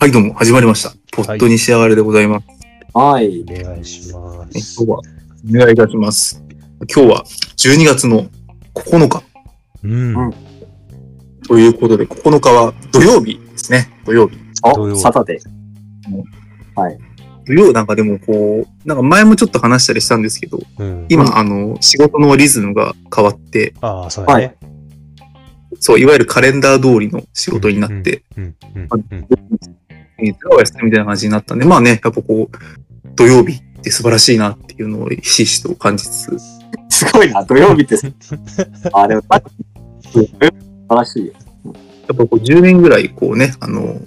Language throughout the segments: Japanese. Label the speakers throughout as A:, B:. A: はい、どうも、始まりました。ポットに仕上がれでございます。
B: はい。
C: お願いしま
A: ね
C: す。
A: 今日は、お願いいたします。今日は12月の9日
C: うん。
A: ということで、9日は土曜日ですね。土曜日。
C: 土曜
B: お、サタデー。
A: 土曜なんかでもこう、なんか前もちょっと話したりしたんですけど、
C: うん、
A: 今、あの、仕事のリズムが変わって、
C: ああ、そうだね。
A: そう、いわゆるカレンダー通りの仕事になって、
C: うん。うん。うん。
A: いつがお休みみたいな感じになったんで、まあね、やっぱこう、土曜日って素晴らしいなっていうのをひしひしと感じつつ、
B: すごいな、土曜 日って。あ、でも、さっき素晴らしいよ。
A: やっぱこう10年ぐらいこうね、あの、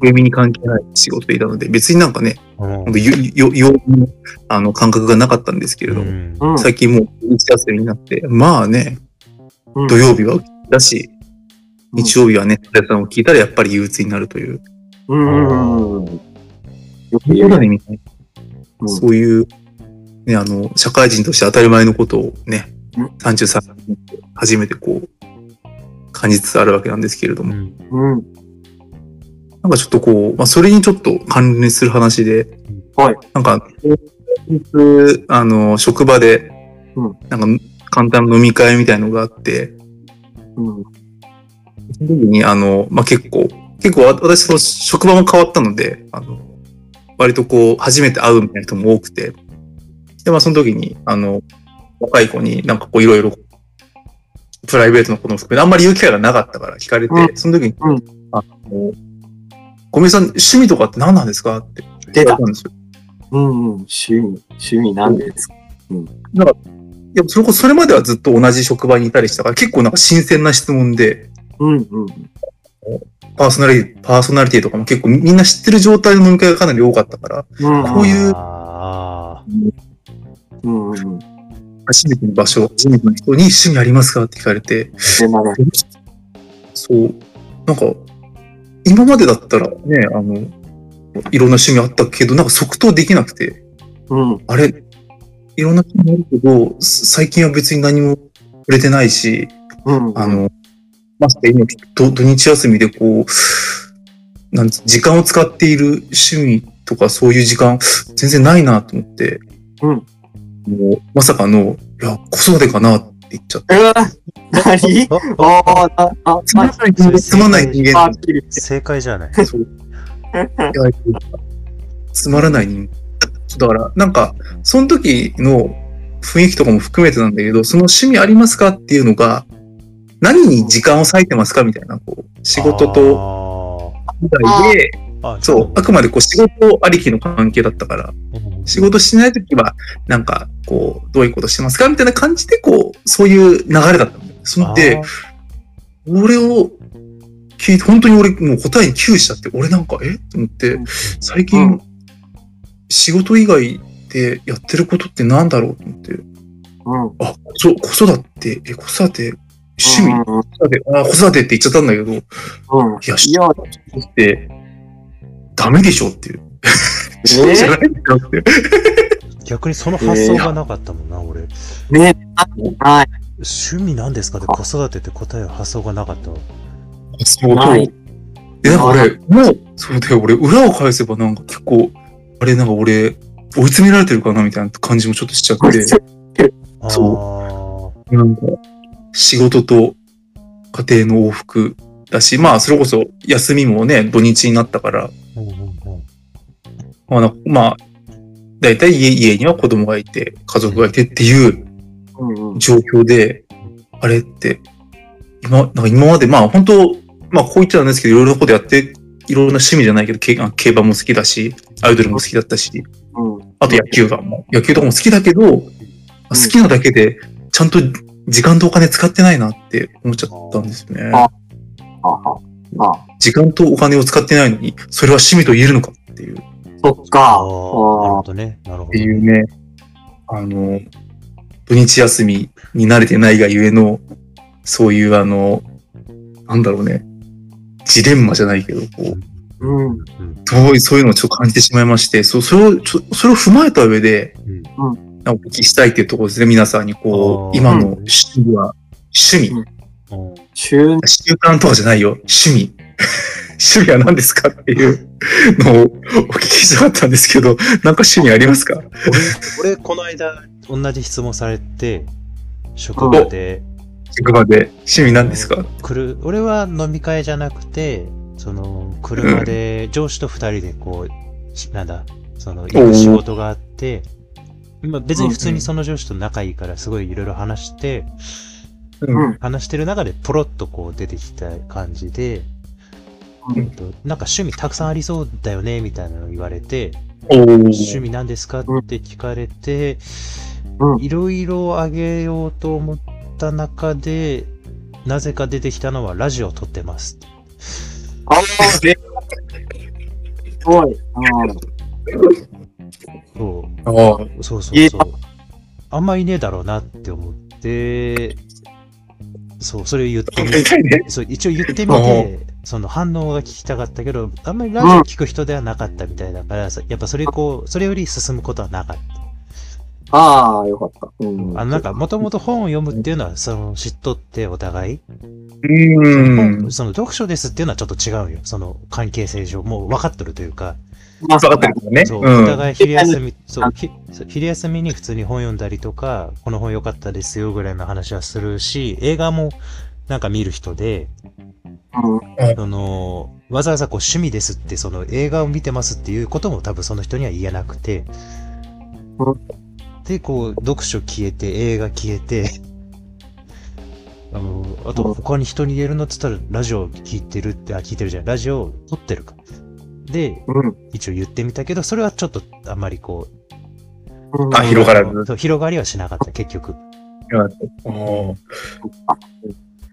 A: 組に関係ない仕事でいたので、別になんかね、
C: うん
A: 本当よ、よ、よ、あの、感覚がなかったんですけれども、
C: うん
B: うん。
A: 最近もう日休みになって、まあね、
B: うん
A: 土曜日はだし、日曜日はね、お客さんを聞いたらやっぱり憂鬱になるという、
B: うん。よく
A: み
B: 言うね。
A: たいなそういう、ね、あの、社会人として当たり前のことをね
B: うん、
A: 33歳になって初めてこう、感じつつあるわけなんですけれども、
C: うん
B: うん。うん。
A: なんかちょっとこう、まあ、それにちょっと関連する話で、
B: はい
A: なんか、先日あの、職場で、
B: うん
A: なんか、簡単な飲み会みたいのがあって、
B: うん。
A: その時に、あの、まあ、結構、結構わ私の職場も変わったので、あの、割とこう、初めて会うみたいな人も多くて、で、まあ、その時に、あの、若い子になんかこう、いろいろ、プライベートのことも含めて、あんまり言う機会がなかったから聞かれて、
B: う
A: その時に、
B: うん
A: あの、小宮さん、趣味とかって何なんですかって
B: 出
A: 言わ
B: た
A: れ。たんですよ。
B: うん。趣味、趣味なんですか
A: いや、それこそ、それまではずっと同じ職場にいたりしたから、結構なんか新鮮な質問で、
B: うん。うん。
A: パーソナリティ、パーソナリティとかも結構みんな知ってる状態の飲み会がかなり多かったから、こういう
C: あ
B: うん。うん。
A: 初めての場所、初めての人に趣味ありますかって聞かれて、
B: で、まだ、
A: そう、なんか、今までだったらね、あの、いろんな趣味あったけど、なんか即答できなくて、
B: うん。
A: あれ、いろんな趣味あるけど、最近は別に何も触れてないし、
B: うん。
A: あ、の、まして今、土土日休みでこう、なんつ時間を使っている趣味とかそういう時間、全然ないなと思って、
B: うん
A: もう、まさかの、いや、子育てかなって言っちゃって。
B: うわ 何
C: あ。
B: おー、あ、あ、
A: つまんない人間、つまんない人
B: あ
A: 間。
C: 正解じゃない。
A: そう いやつまらない人間。だから、なんか、その時の雰囲気とかも含めてなんだけど、その趣味ありますかっていうのが、何に時間を割いてますかみたいな、こう、仕事と
C: と。
A: 以外で、
C: あ
A: そう、あくまでこう仕事ありきの関係だったから、仕事してないときは、なんか、こう、どういうことしてますかみたいな感じで、こう、そういう流れだったんだよ。そんで、、俺を聞いて、本当に俺、もう答えに窮しちゃって、俺なんか、えと思って
B: うん、
A: 最
B: う
A: 近
B: ん、
A: 仕事以外でやってることってなんだろうと思って、
B: うん。
A: あ、そう、子育て、え、子育て、趣味、
B: う
A: 子
B: ん。
A: 育て、あ、子育てって言っちゃったんだけど、い
B: うん。
A: や、
B: い
A: 趣
B: や、
A: 味って、ダメでしょっていう。趣味じゃないんだよって。
C: 逆にその発想がなかったもんな、俺。
B: ね、はい。
C: 趣味なんですかで子育てって答える発想がなかったわ。
A: そう
B: はい
A: え、なんか俺、もう、そうだよ、俺、裏を返せばなんか結構、あれ、なんか俺、追い詰められてるかなみたいな感じもちょっとしちゃって、
C: そ
A: なんか、仕事と家庭の往復だし、まあ、それこそ休みもね、土日になったから、
C: う。うんうん
A: まあなんか、まあ、だいたい家家には子供がいて、家族がいてっていう
B: うん。うん。
A: 状況で、あれって、今、なんか今まで、まあ本当、まあこう言っちゃなんですけど、いろいろなことやって、いろいろな趣味じゃないけど、けあ競馬も好きだし、アイドルも好きだったし、
B: うん。
A: あと野球がもう、野球とかも好きだけど、好きなだけで、ちゃんと時間とお金使ってないなって思っちゃったんですよね。
B: ああは。あ、
A: 時間とお金を使ってないのに、それは趣味と言えるのかっていう、っ
B: そっ
C: あ
B: か。
C: あ、なるほどね。なるほ
A: て
C: ど。
A: いうね、あの、土日休みに慣れてないがゆえの、そういうあの、なんだろうね、ジレンマじゃないけど、こう、
B: うん。
C: うん
A: そういうそういうのをちょっと感じてしまいまして、そそれをちょ、それを踏まえた上で、
C: うん
A: なんかお聞きしたいっていうところですね、皆さんにこう、
C: あー
A: 今の趣味は、趣味、
C: うん
B: 週
A: 習慣とかじゃないよ、趣味。 趣味は何ですかっていうのをお聞きしたかったんですけど、なんか趣味ありますか
C: 俺、 この間、同じ質問されて、職場で、
A: 職場で。趣味何ですか
C: くる俺は飲み会じゃなくて、その、車で、上司と二人でこう、しなんだ、その、行く仕事があって、まあ別に普通にその上司と仲いいから、すごいいろいろ話して、
A: うん。
C: 話してる中でポロッとこう出てきた感じで、
B: うん
C: えっとなんか趣味たくさんありそうだよねみたいなの言われて、
A: お
C: 趣
A: ー。
C: 味なんですかって聞かれて
B: う、ん
C: いろいろあげようと思った中で、なぜか出てきたのはラジオを撮ってます。
B: ああ、す
A: え
B: ごい。うん
C: そ
A: あー
C: うそうそうそう。あんまいねえだろうなって思って、そう、それを言ってみ
A: 聞きたいね。
C: そう一応言ってみて、その反応が聞きたかったけど、あんまりラジオ聞く人ではなかったみたいだから、さやっぱそれ以降、それより進むことはなかった。
B: ああ、よかった。うん。
C: あの、なんか、もともと本を読むっていうのは、その、知っとってお互い、
A: うん
C: 本。その、読書ですっていうのはちょっと違うよ。その、関係性上、もう分かっとるというか、
B: まあ、
A: 分かってるからね。
C: そう、
A: う
C: お
A: ん。
C: 互い昼休み、そう、ひそう昼休みに普通に本読んだりとか、この本良かったですよぐらいの話はするし、映画もなんか見る人で、
B: うん
C: その、わざわざこう趣味ですって、その映画を見てますっていうことも多分その人には言えなくて
B: う。
C: で、こう、読書消えて、映画消えて、あの、あと他に人に言えるのって言ったら、ラジオ聞いてるって、あ、聞いてるじゃない、ラジオ撮ってるか。で、
B: うん。
C: 一応言ってみたけど、それはちょっとあんまりこう、
B: うん。
A: あ広がらず
C: そう広がりはしなかった、結局。
A: おー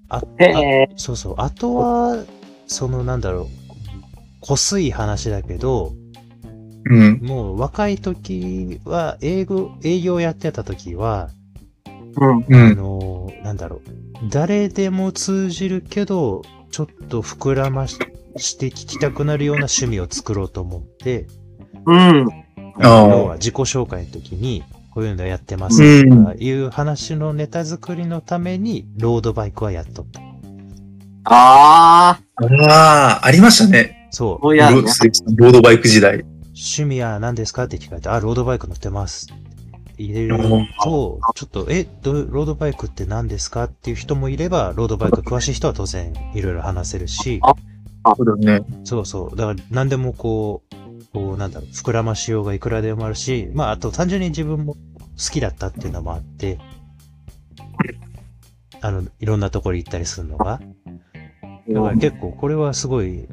C: あ
B: へえ。
C: そうそう。あとは、そのなんだろう、こすい話だけど、
A: うん。
C: もう若い時は、英語、営業やってた時は、
B: うん。
A: う
C: あ
A: ん。
C: のー、なんだろう。誰でも通じるけど、ちょっと膨らましして聞きたくなるような趣味を作ろうと思って、
B: うん。
A: ああ
C: 要は自己紹介の時に、こういうのやってますとかいう話のネタ作りのために、ロードバイクはやっとった。
B: ああ、
A: ああ、ありましたね。
C: そう。
B: そうやね
A: ロ。ードバイク時代。
C: 趣味は何ですかって聞かれて、あ、ロードバイク乗ってます。入れる
A: うん
C: と、ちょっと、え、どロードバイクって何ですかっていう人もいれば、ロードバイク詳しい人は当然いろいろ話せるし、
A: そうだよね。
C: そうそう。だから何でもこう、こうなんだろう、膨らましようがいくらでもあるし、まああと単純に自分も好きだったっていうのもあって、あの、いろんなところに行ったりするのが。だから結構これはすごい、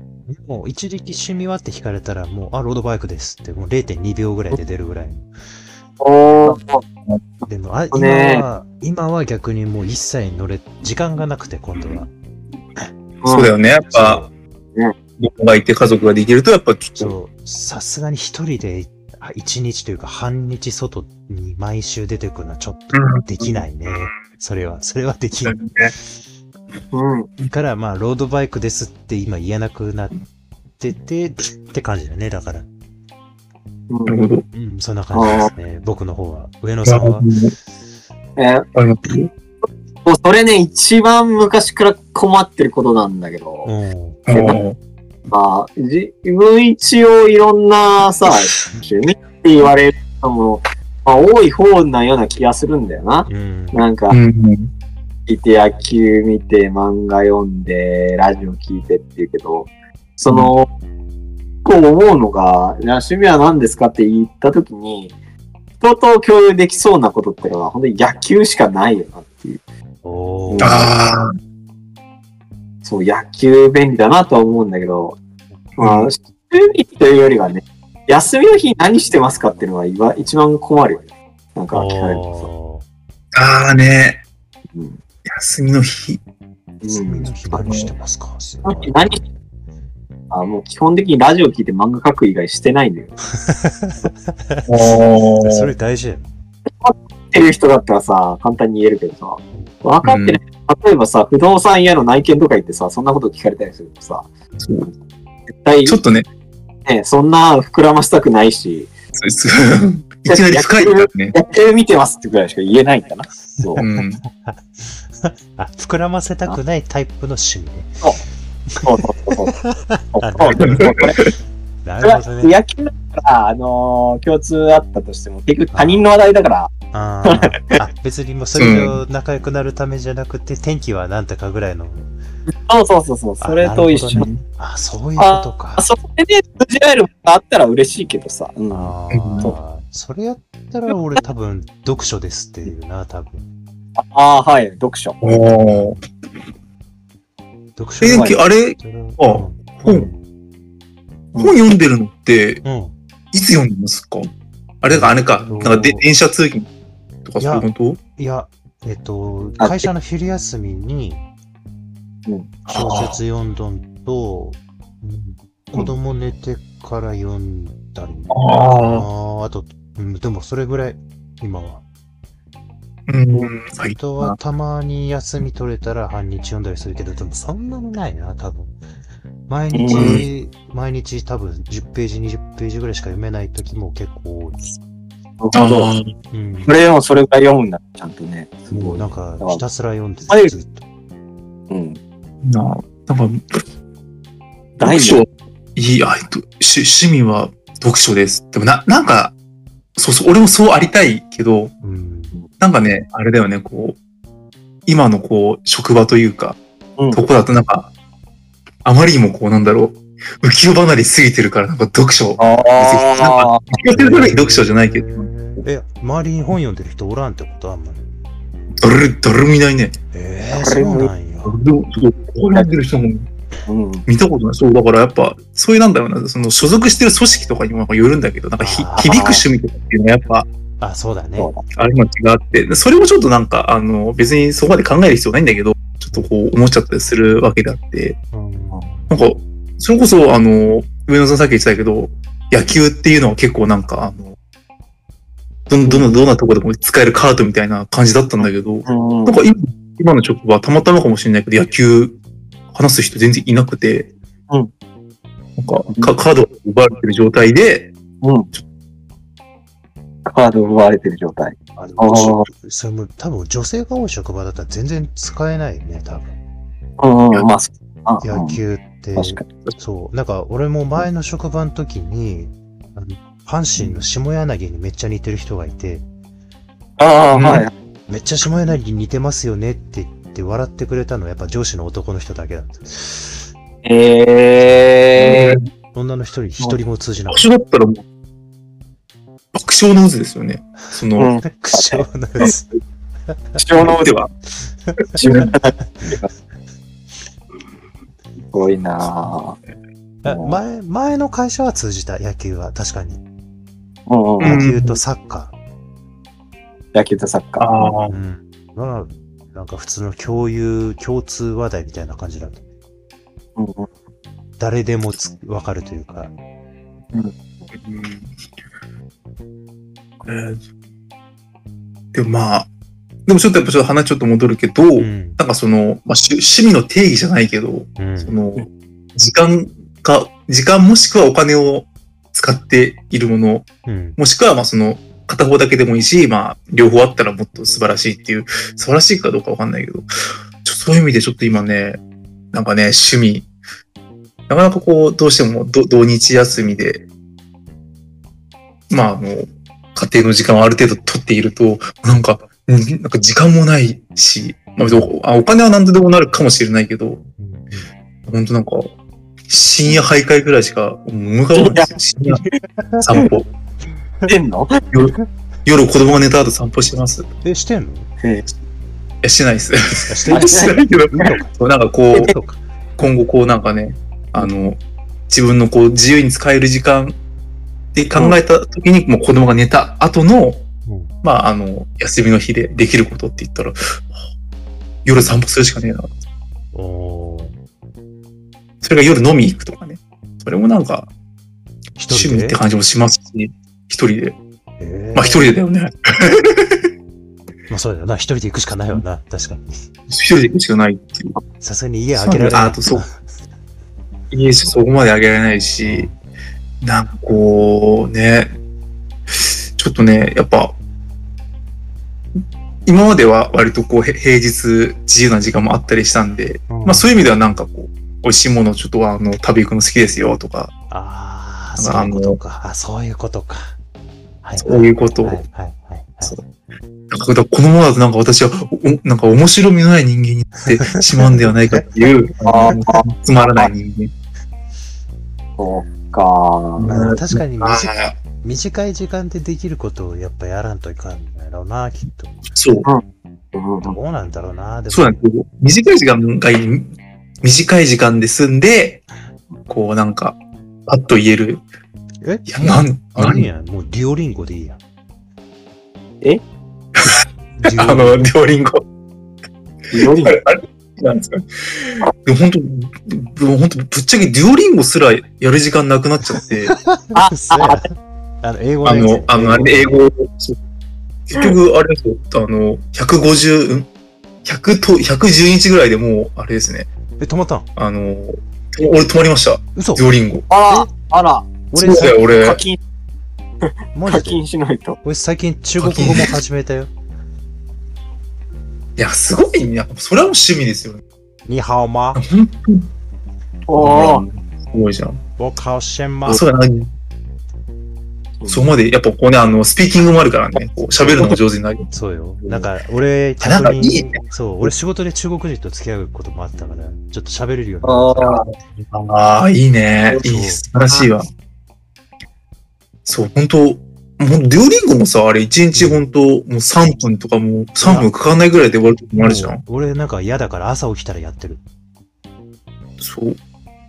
C: もう一力趣味はって聞かれたらもう、あ、ロードバイクですって、もう0.2秒ぐらいで出るぐらい。
B: おー
C: でも、あ今
B: ね
C: は、今は逆にもう一切乗れ、時間がなくて今度は。
A: そうだよね。やっぱ、
C: そ
A: 子供がいて家族ができると、やっぱち
C: う
A: ょっと、
C: そう、さすがに一人で、あ一日というか半日外に毎週出てくるのはちょっ
A: う
C: とできないね。それは、それはでき
A: だ
C: な
A: よね。
B: うん。
C: いから、まあ、ロードバイクですって今言えなくなってて、って感じだね。だから、
B: う
A: なんるほど。
C: うん、そんな感じですね。僕の方は。上野さんは
B: えー
A: あります
B: もうそれね、一番昔から困ってることなんだけど、
C: うん。
A: あー
B: まあ、自分一応いろんなさ、趣味って言われるのも、まあ、多い方なような気がするんだよな。
C: うん。
B: なんか
A: う、ん。
B: 聞いて野球見て、漫画読んで、ラジオ聞いてって言うけど、その、こう思うのが、いや趣味は何ですかって言った時に、人と共有できそうなことってのは、本当に野球しかないよなっていう。
C: おー。
A: ああ、
B: そう、野球便利だなとは思うんだけど、まあ、趣味というよりはね、休みの日何してますかっていうのが今一番困るよね。なんか聞かれると
C: おー
A: ああね。
B: さ。うん。
A: 休みの 日。
C: 休み
B: うん
C: の日何してますかすごい
B: 何何あもう基本的にラジオ聞いて漫画書く以外してないんだよ。
A: お
C: それ大事だよ。
B: ってる人だったらさ、簡単に言えるけどさ、分かってない。例えばさ、不動産屋の内見とか行ってさ、そんなこと聞かれたりするとさ、
A: そう
B: 絶対
A: ちょっとね、
B: ね、そんな膨らましたくないし、
A: そう ですいきなり深いからね。
B: やって見てますってくらいしか言えないんだな。そう
A: う。ん。
C: あ、膨らませたくないタイプの趣味ね。
B: そうそうそうそう。
C: なる
B: そう
C: ほ
B: そ
C: ど
B: う
C: ね
B: そ
C: な
B: うそれ
C: る
B: は
C: ほどね。
B: 野球だから、あのー共通あったとしても、結局他人の話題だから、
C: あーあ、別にもうそれと仲良くなるためじゃなくて、天気はなんだかぐらいの。
B: そうそうそうそう、
C: あ
B: それと一
C: なる
B: 緒
C: ほ。どねあ、そういうことか
B: あ。そこでね、通じ合えるものがあったら嬉しいけどさ。うん。あ
C: あ
A: う
C: あ、それやったら俺多分読書ですっていうな、多分。
B: あー、はい、読書。
A: おー
C: 読書
A: え
B: はい
A: きあれ、あ
C: う
A: 本
C: ん。
A: 本読んでるのって、
C: うん。
A: いつ読んでますかあれが、あれか、なんかで電車通勤とか
C: い
A: そうい
C: や
A: うこと
C: いや、えっと、
B: あ
C: 会社の昼休みに
B: うん
C: 小説読んどんと、うん子供寝てから読んだり。あ
A: ああ。
C: あ、あと、うんでもそれぐらい、今は。
A: うん。は
C: あ
A: い。
C: とはたまに休み取れたら半日読んだりするけど、でもそんなにないな、多分。毎日、毎日多分10ページ、20ページぐらいしか読めない時も結構多い。
B: なるほど。
A: あ
C: うん。
B: それでもそれぐらい読むんだ、ちゃんとね。す
C: も
B: ご
C: う
B: い。
C: なんかひたすら読んで
B: はい
C: る、ずっと。
B: うん。
A: ーなあなんか、
B: 大
A: 読書
B: 丈夫。
A: いい、あ、えっと、し趣味は読書です。でもな、なんか、そうそう、俺もそうありたいけど、
C: うん。
A: なんかね、あれだよね、こう、今のこう、職場というか、
B: うん
A: とこだとなんか、あまりにもこう、なんだろう、浮世離れしすぎてるから、なんか読書、
B: ああ。
A: 浮世離れ読書じゃないけど、
C: え、周りに本読んでる人おらんってことあんまり。
A: 誰、誰もいないね。
C: えー、そうなんや。
A: でも、そうこうやってる人も
B: うん。
A: 見たことない。そう、だからやっぱ、そういうなんだろうな、その所属してる組織とかにもなんかよるんだけど、なんかひ
C: あー
A: 響く趣味とかっていうのはやっぱ、
C: あ、そうだね。
B: そう
A: あれも違って、でそれもちょっとなんか、あの、別にそこまで考える必要ないんだけど、ちょっとこう思っちゃったりするわけであって、
C: うん
A: なんか、それこそ、あの、上野さんさっき言ってたけど、野球っていうのは結構なんか、あの、どんどんどんなとこでも使えるカードみたいな感じだったんだけど、
B: うん。
A: なんか今今の職場、たまたまかもしれないけど、野球話す人全然いなくて、
B: うん
A: なんかかカードが奪われてる状態で、
B: うん。カード奪われてる状態。
C: あで
B: あ
C: も
B: ー
C: それも多分女性が多い職場だったら全然使えないよね、多分。
B: うんうん。まあ、そうあうん
C: 野球って。
B: 確かに。
C: そう。なんか、俺も前の職場の時に、あの阪神の下柳にめっちゃ似てる人がいて、
B: ああ、はい。
C: めっちゃ下柳に似てますよねって言って笑ってくれたのはやっぱ上司の男の人だけだった。
B: ええ。
C: 女の一人、一人も通じな
A: 場
C: かっ
A: 所だったらもう、爆笑の渦ですよね。その、
B: うん。
C: た。苦笑なん です。
B: 塩の
A: で
B: 腕は
A: は、
B: 自分が。すごいなぁ。
C: あ前、前の会社は通じた、野球は。確かに。
B: うんうん。
C: 野球とサッカ
B: 野球とサッカー。
A: あ
C: ー。うん。は、なんか普通の共有、共通話題みたいな感じだった。
B: うんうん
C: 誰でもつわかるというか。
A: うんえーでもまあ、でもちょっとやっぱちょっと話ちょっと戻るけど、
C: うん。
A: なんかその、まあ、趣趣味の定義じゃないけど、
C: うん
A: その、時間か、時間もしくはお金を使っているもの、
C: うん。
A: もしくは、まあその、片方だけでもいいし、まあ、両方あったらもっと素晴らしいっていう、素晴らしいかどうかわかんないけど、ちょそういう意味でちょっと今ね、なんかね、趣味、なかなかこう、どうしてもど土日休みで、まあ、あの、家庭の時間をある程度取っていると、なんか、うんなんか時間もないし、まあ、別におあお金は何とでもなるかもしれないけど、
C: うん
A: 本当なんか、深夜徘徊ぐらいしか思い浮かばないですよ。深夜散歩。
B: 出んの
A: 夜子供が寝た後散歩してます。い
C: え、してんの
B: え
A: や、してないです。
C: あしてない
A: してないけど、 そうなんかこう、
C: そうか。
A: 今後こうなんかね、あの、自分のこう自由に使える時間で考えた時に、もう子供が寝た後の、
C: うん
A: まああの、休みの日でできることって言ったら、はあ夜散歩するしかねえな。
C: おー
A: それが夜飲み行くとかね。それもなんか
C: 一
A: 趣
C: 人
A: 味
C: で
A: って感じもしますし、一人で。
C: えー
A: まあ一人でだよね。
C: まあそうだよな。一人で行くしかないよな。確かに。
A: 一人で行くしかないっていう。
C: さすがに家開けられない。
A: あとそう。いいし、そこまで上げられないし、なんかこう、ね、ちょっとね、やっぱ、今までは割とこう、へ平日自由な時間もあったりしたんで、
C: うん
A: まあそういう意味ではなんかこう、美味しいものをちょっとあの食べ行くの好きですよとか、
C: ああ、
A: だか
C: そ
A: ら
C: ういうことか。あそういうことか。はい
A: そういうことを
C: はいはいはい
A: そうなんかだからこのままだとなんか私はおおなんか面白みのない人間になってしまうんではないかっていう あのつまらない人間。
B: そうか。
A: ん
C: まあ確かに
A: あ
C: 短
A: あ
C: 短い時間でできることをやっぱやらんといかんのやろうな、きっと。
A: そう
B: うん
C: どうなんだろうな、でも。
A: そうなんですよ短い時間がいい短い時間で済んでこうなんかパッと言える
C: え
A: いやなん
C: あれ
A: 何
C: やん、もうデュオリンゴでいいやん。
B: え
C: デュ
A: あ
C: オリンゴ
A: の両リンゴ
B: より
A: あれあれなんですかでも本当でも本当ぶっちゃけデュオリンゴすらやる時間なくなっちゃって。
B: あ
C: そうやあの、英語
A: あ
C: や
A: の
C: つ、
A: あの、あれ、英。語。結局、あれですよ、あの、150、ん ?100 と、110日ぐらいでもう、あれですね、
C: え、止まったん
A: あの、と俺止まりました、
C: 嘘
A: デュオリンゴ。
B: あら、あら、
A: そうだよ、
B: 課
A: 俺。
B: 金、
C: マ
B: 課
C: ジで
B: 金しないと。
C: 俺最近中国語も始めたよ。
A: いや、すごいね、やっぱそれはもう趣味ですよね。
C: 你好吗
A: 本
B: おー、
A: 当すごいじゃん。
C: 我考先吗
A: あ、そうだな。そこまで、やっぱこうね、あの、スピーキングもあるからね、こう喋るのも上手になる。
C: そうよ。なんか、俺、
A: あなんか
C: 逆に
A: いいね
C: そう、俺仕事で中国人と付き合うこともあったから、ちょっと喋れるようになっ
B: あ
A: ああ、いいね。い
C: そう
A: い、素晴らしいわ。そう、本当もう、デュオリンゴもさ、あれ、1日本当もう3分とかもう、3分かかんないぐらいで終わるときもあるじ
C: た
A: ゃん。
C: もう俺なんか嫌だから朝起きたらやってる。
A: そう。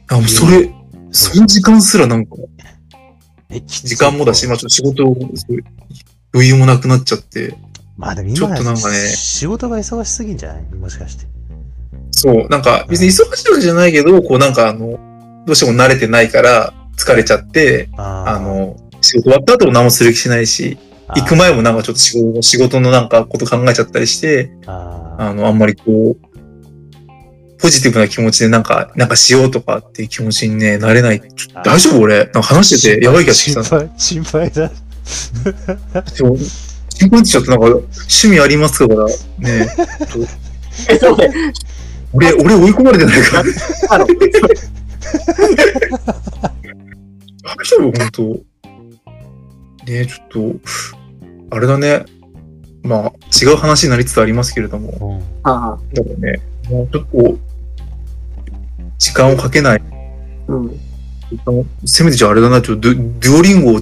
A: あ、もうそれ、その時間すらなんか、
C: え、きつい
A: 時間もだし、まあちょっと仕事を、そう余裕もなくなっちゃって、
C: まあでも今
A: ちょっとなんかね
C: 仕事が忙しすぎんじゃないもしかして。
A: そう、なんか、別に忙しいわけじゃないけど、こうなんかあの、どうしても慣れてないから、疲れちゃって、
C: あー
A: あ、の、仕事終わった後も何もする気しないし、
C: あー
A: 行く前もなんかちょっと仕事仕事のなんかこと考えちゃったりして、
C: あ
A: あの、あんまりこう、ポジティブな気持ちでなんか、なんかしようとかっていう気持ちにね、なれない。ちょ
C: あ
A: 大丈夫俺、なんか話
C: ー
A: しててやばい気がしてきた
C: 心
A: んだ
C: 配、心配だ。
A: けど、心配になっちゃってなんか、趣味ありますから、ね、
B: え、そうだよ
A: 俺、俺追い込まれてないから。大
B: あの
A: 丈夫本当ねちょっと、あれだね。まあ、違う話になりつつありますけれども。
C: うん
B: あ
A: だからね、もうちょっと、時間をかけない。
B: ー うん。
A: せめてじゃああれだな、ちょっとデュデュオリンゴを違う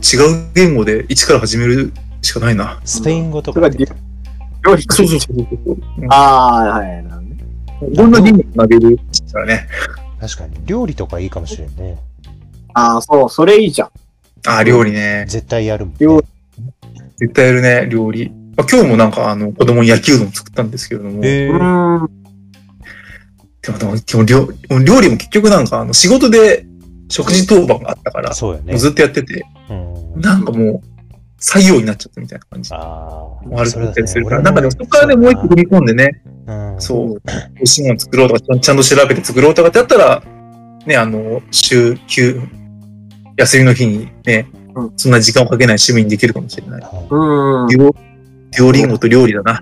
A: 言語で一から始めるしかないな。
C: スペイン語と
B: そ
C: か
B: れは
C: って
B: デ
C: 言っ
B: ュ
C: た。
B: 料理
A: そうそうそうそう。
B: ああ、はい、なんで
A: いろんな言語を投げる からね。
C: 確かに。料理とかいいかもしれんね。
B: ああ、そう、それいいじゃん。
A: あー、料理ね。
C: 絶対やるもんね。
B: 料
A: 絶対やるね、料理。まあ、今日もなんかあの子供に焼きうどん作ったんですけれども。
C: え
B: う
C: ー
B: ーん。
A: でもでも基本料料理も結局なんかあの仕事で食事当番があったから、
C: そうや
A: も
C: ね
A: う。ずっとやってて、
C: うん
A: なんかもう採用になっちゃったみたいな感じ。
C: ああ、
A: 悪くなったりするから、
C: 俺
A: なんかでもそこからね、もう一個
C: そ
A: 踏み込んでね、
C: うだなうん
A: そう、美味しいもの作ろうとか、ちゃんちゃんと調べて作ろうとかってやったら、ね、あの、週休、休みの日にね、
B: うん
A: そんな時間をかけない趣味にできるかもしれない。
C: うん
B: うーん。
A: 料料リンゴと料理だな。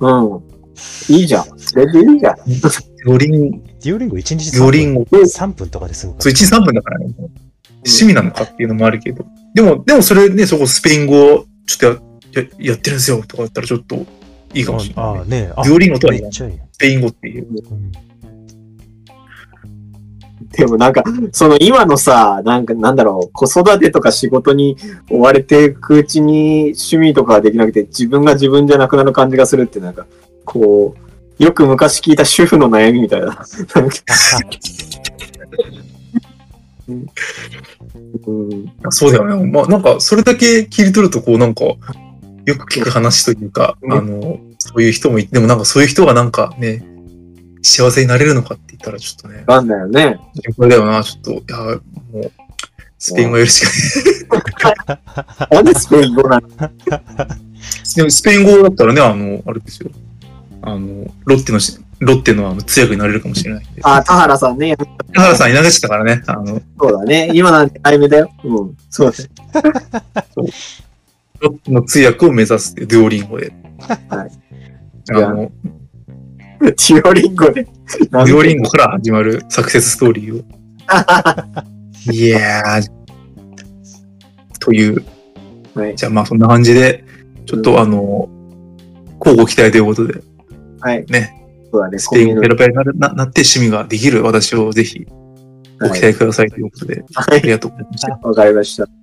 B: うん。いいじゃん。それでいいじゃん。
A: 料リン、
C: デュオリンゴ1日
A: 料リン
C: ゴ
A: ゴ。
C: 3分とかですご
A: そう、1
C: く。
A: 日3分だからね。趣味なのかっていうのもあるけど。でも、でもそれね、そこスペイン語をちょっとやややってるんですよとか言ったらちょっといいかもしれ
C: あ
A: な
C: あ
A: い。
C: ねえ、あ
A: デュオリンゴとは
C: め
A: 言わな
C: っ
A: い
C: ちゃいいや。
A: スペイン語っていう。
C: うん
B: でもなんか、その今のさ、なんかなんだろう、子育てとか仕事に追われていくうちに趣味とかができなくて自分が自分じゃなくなる感じがするってなんか、こう、よく昔聞いた主婦の悩みみたいな。なんかうん、
A: そうだよね。まあ、なんか、それだけ切り取ると、こう、なんか、よく聞く話というか、
B: うん
A: あの、そういう人もいて、でもなんか、そういう人がなんかね、幸せになれるのかって言ったら、ちょっとね、
B: なんだよね。
A: 心配だよな、ちょっと、いや、もう、スペイン語やるしかない。
B: なんでスペイン語なの
A: でもスペイン語だったらね、あの、あれですよ。あの、ロッテのし、ロッテのあの通訳になれるかもしれないんで。
B: あ、田原さんね。
A: 田原さんいなくなっちゃったからね、あの、
B: そうだね。今なんて早めだよ。うん。そうです。
A: ロッテの通訳を目指すって、デュオリンゴで。
B: はい
A: あの、
B: デュオリンゴで。
A: デュオリンゴから始まるサクセスストーリー を。いやー。という、
B: はい。
A: じゃあまあそんな感じで、ちょっとあの、交互期待ということで、
B: はい。
A: ね、
B: そうだね。
A: スペインペラペラにななって趣味ができる私をぜひご期待くださいということで、
B: は
A: あり
B: い。
A: がとうございました。
B: わかりました。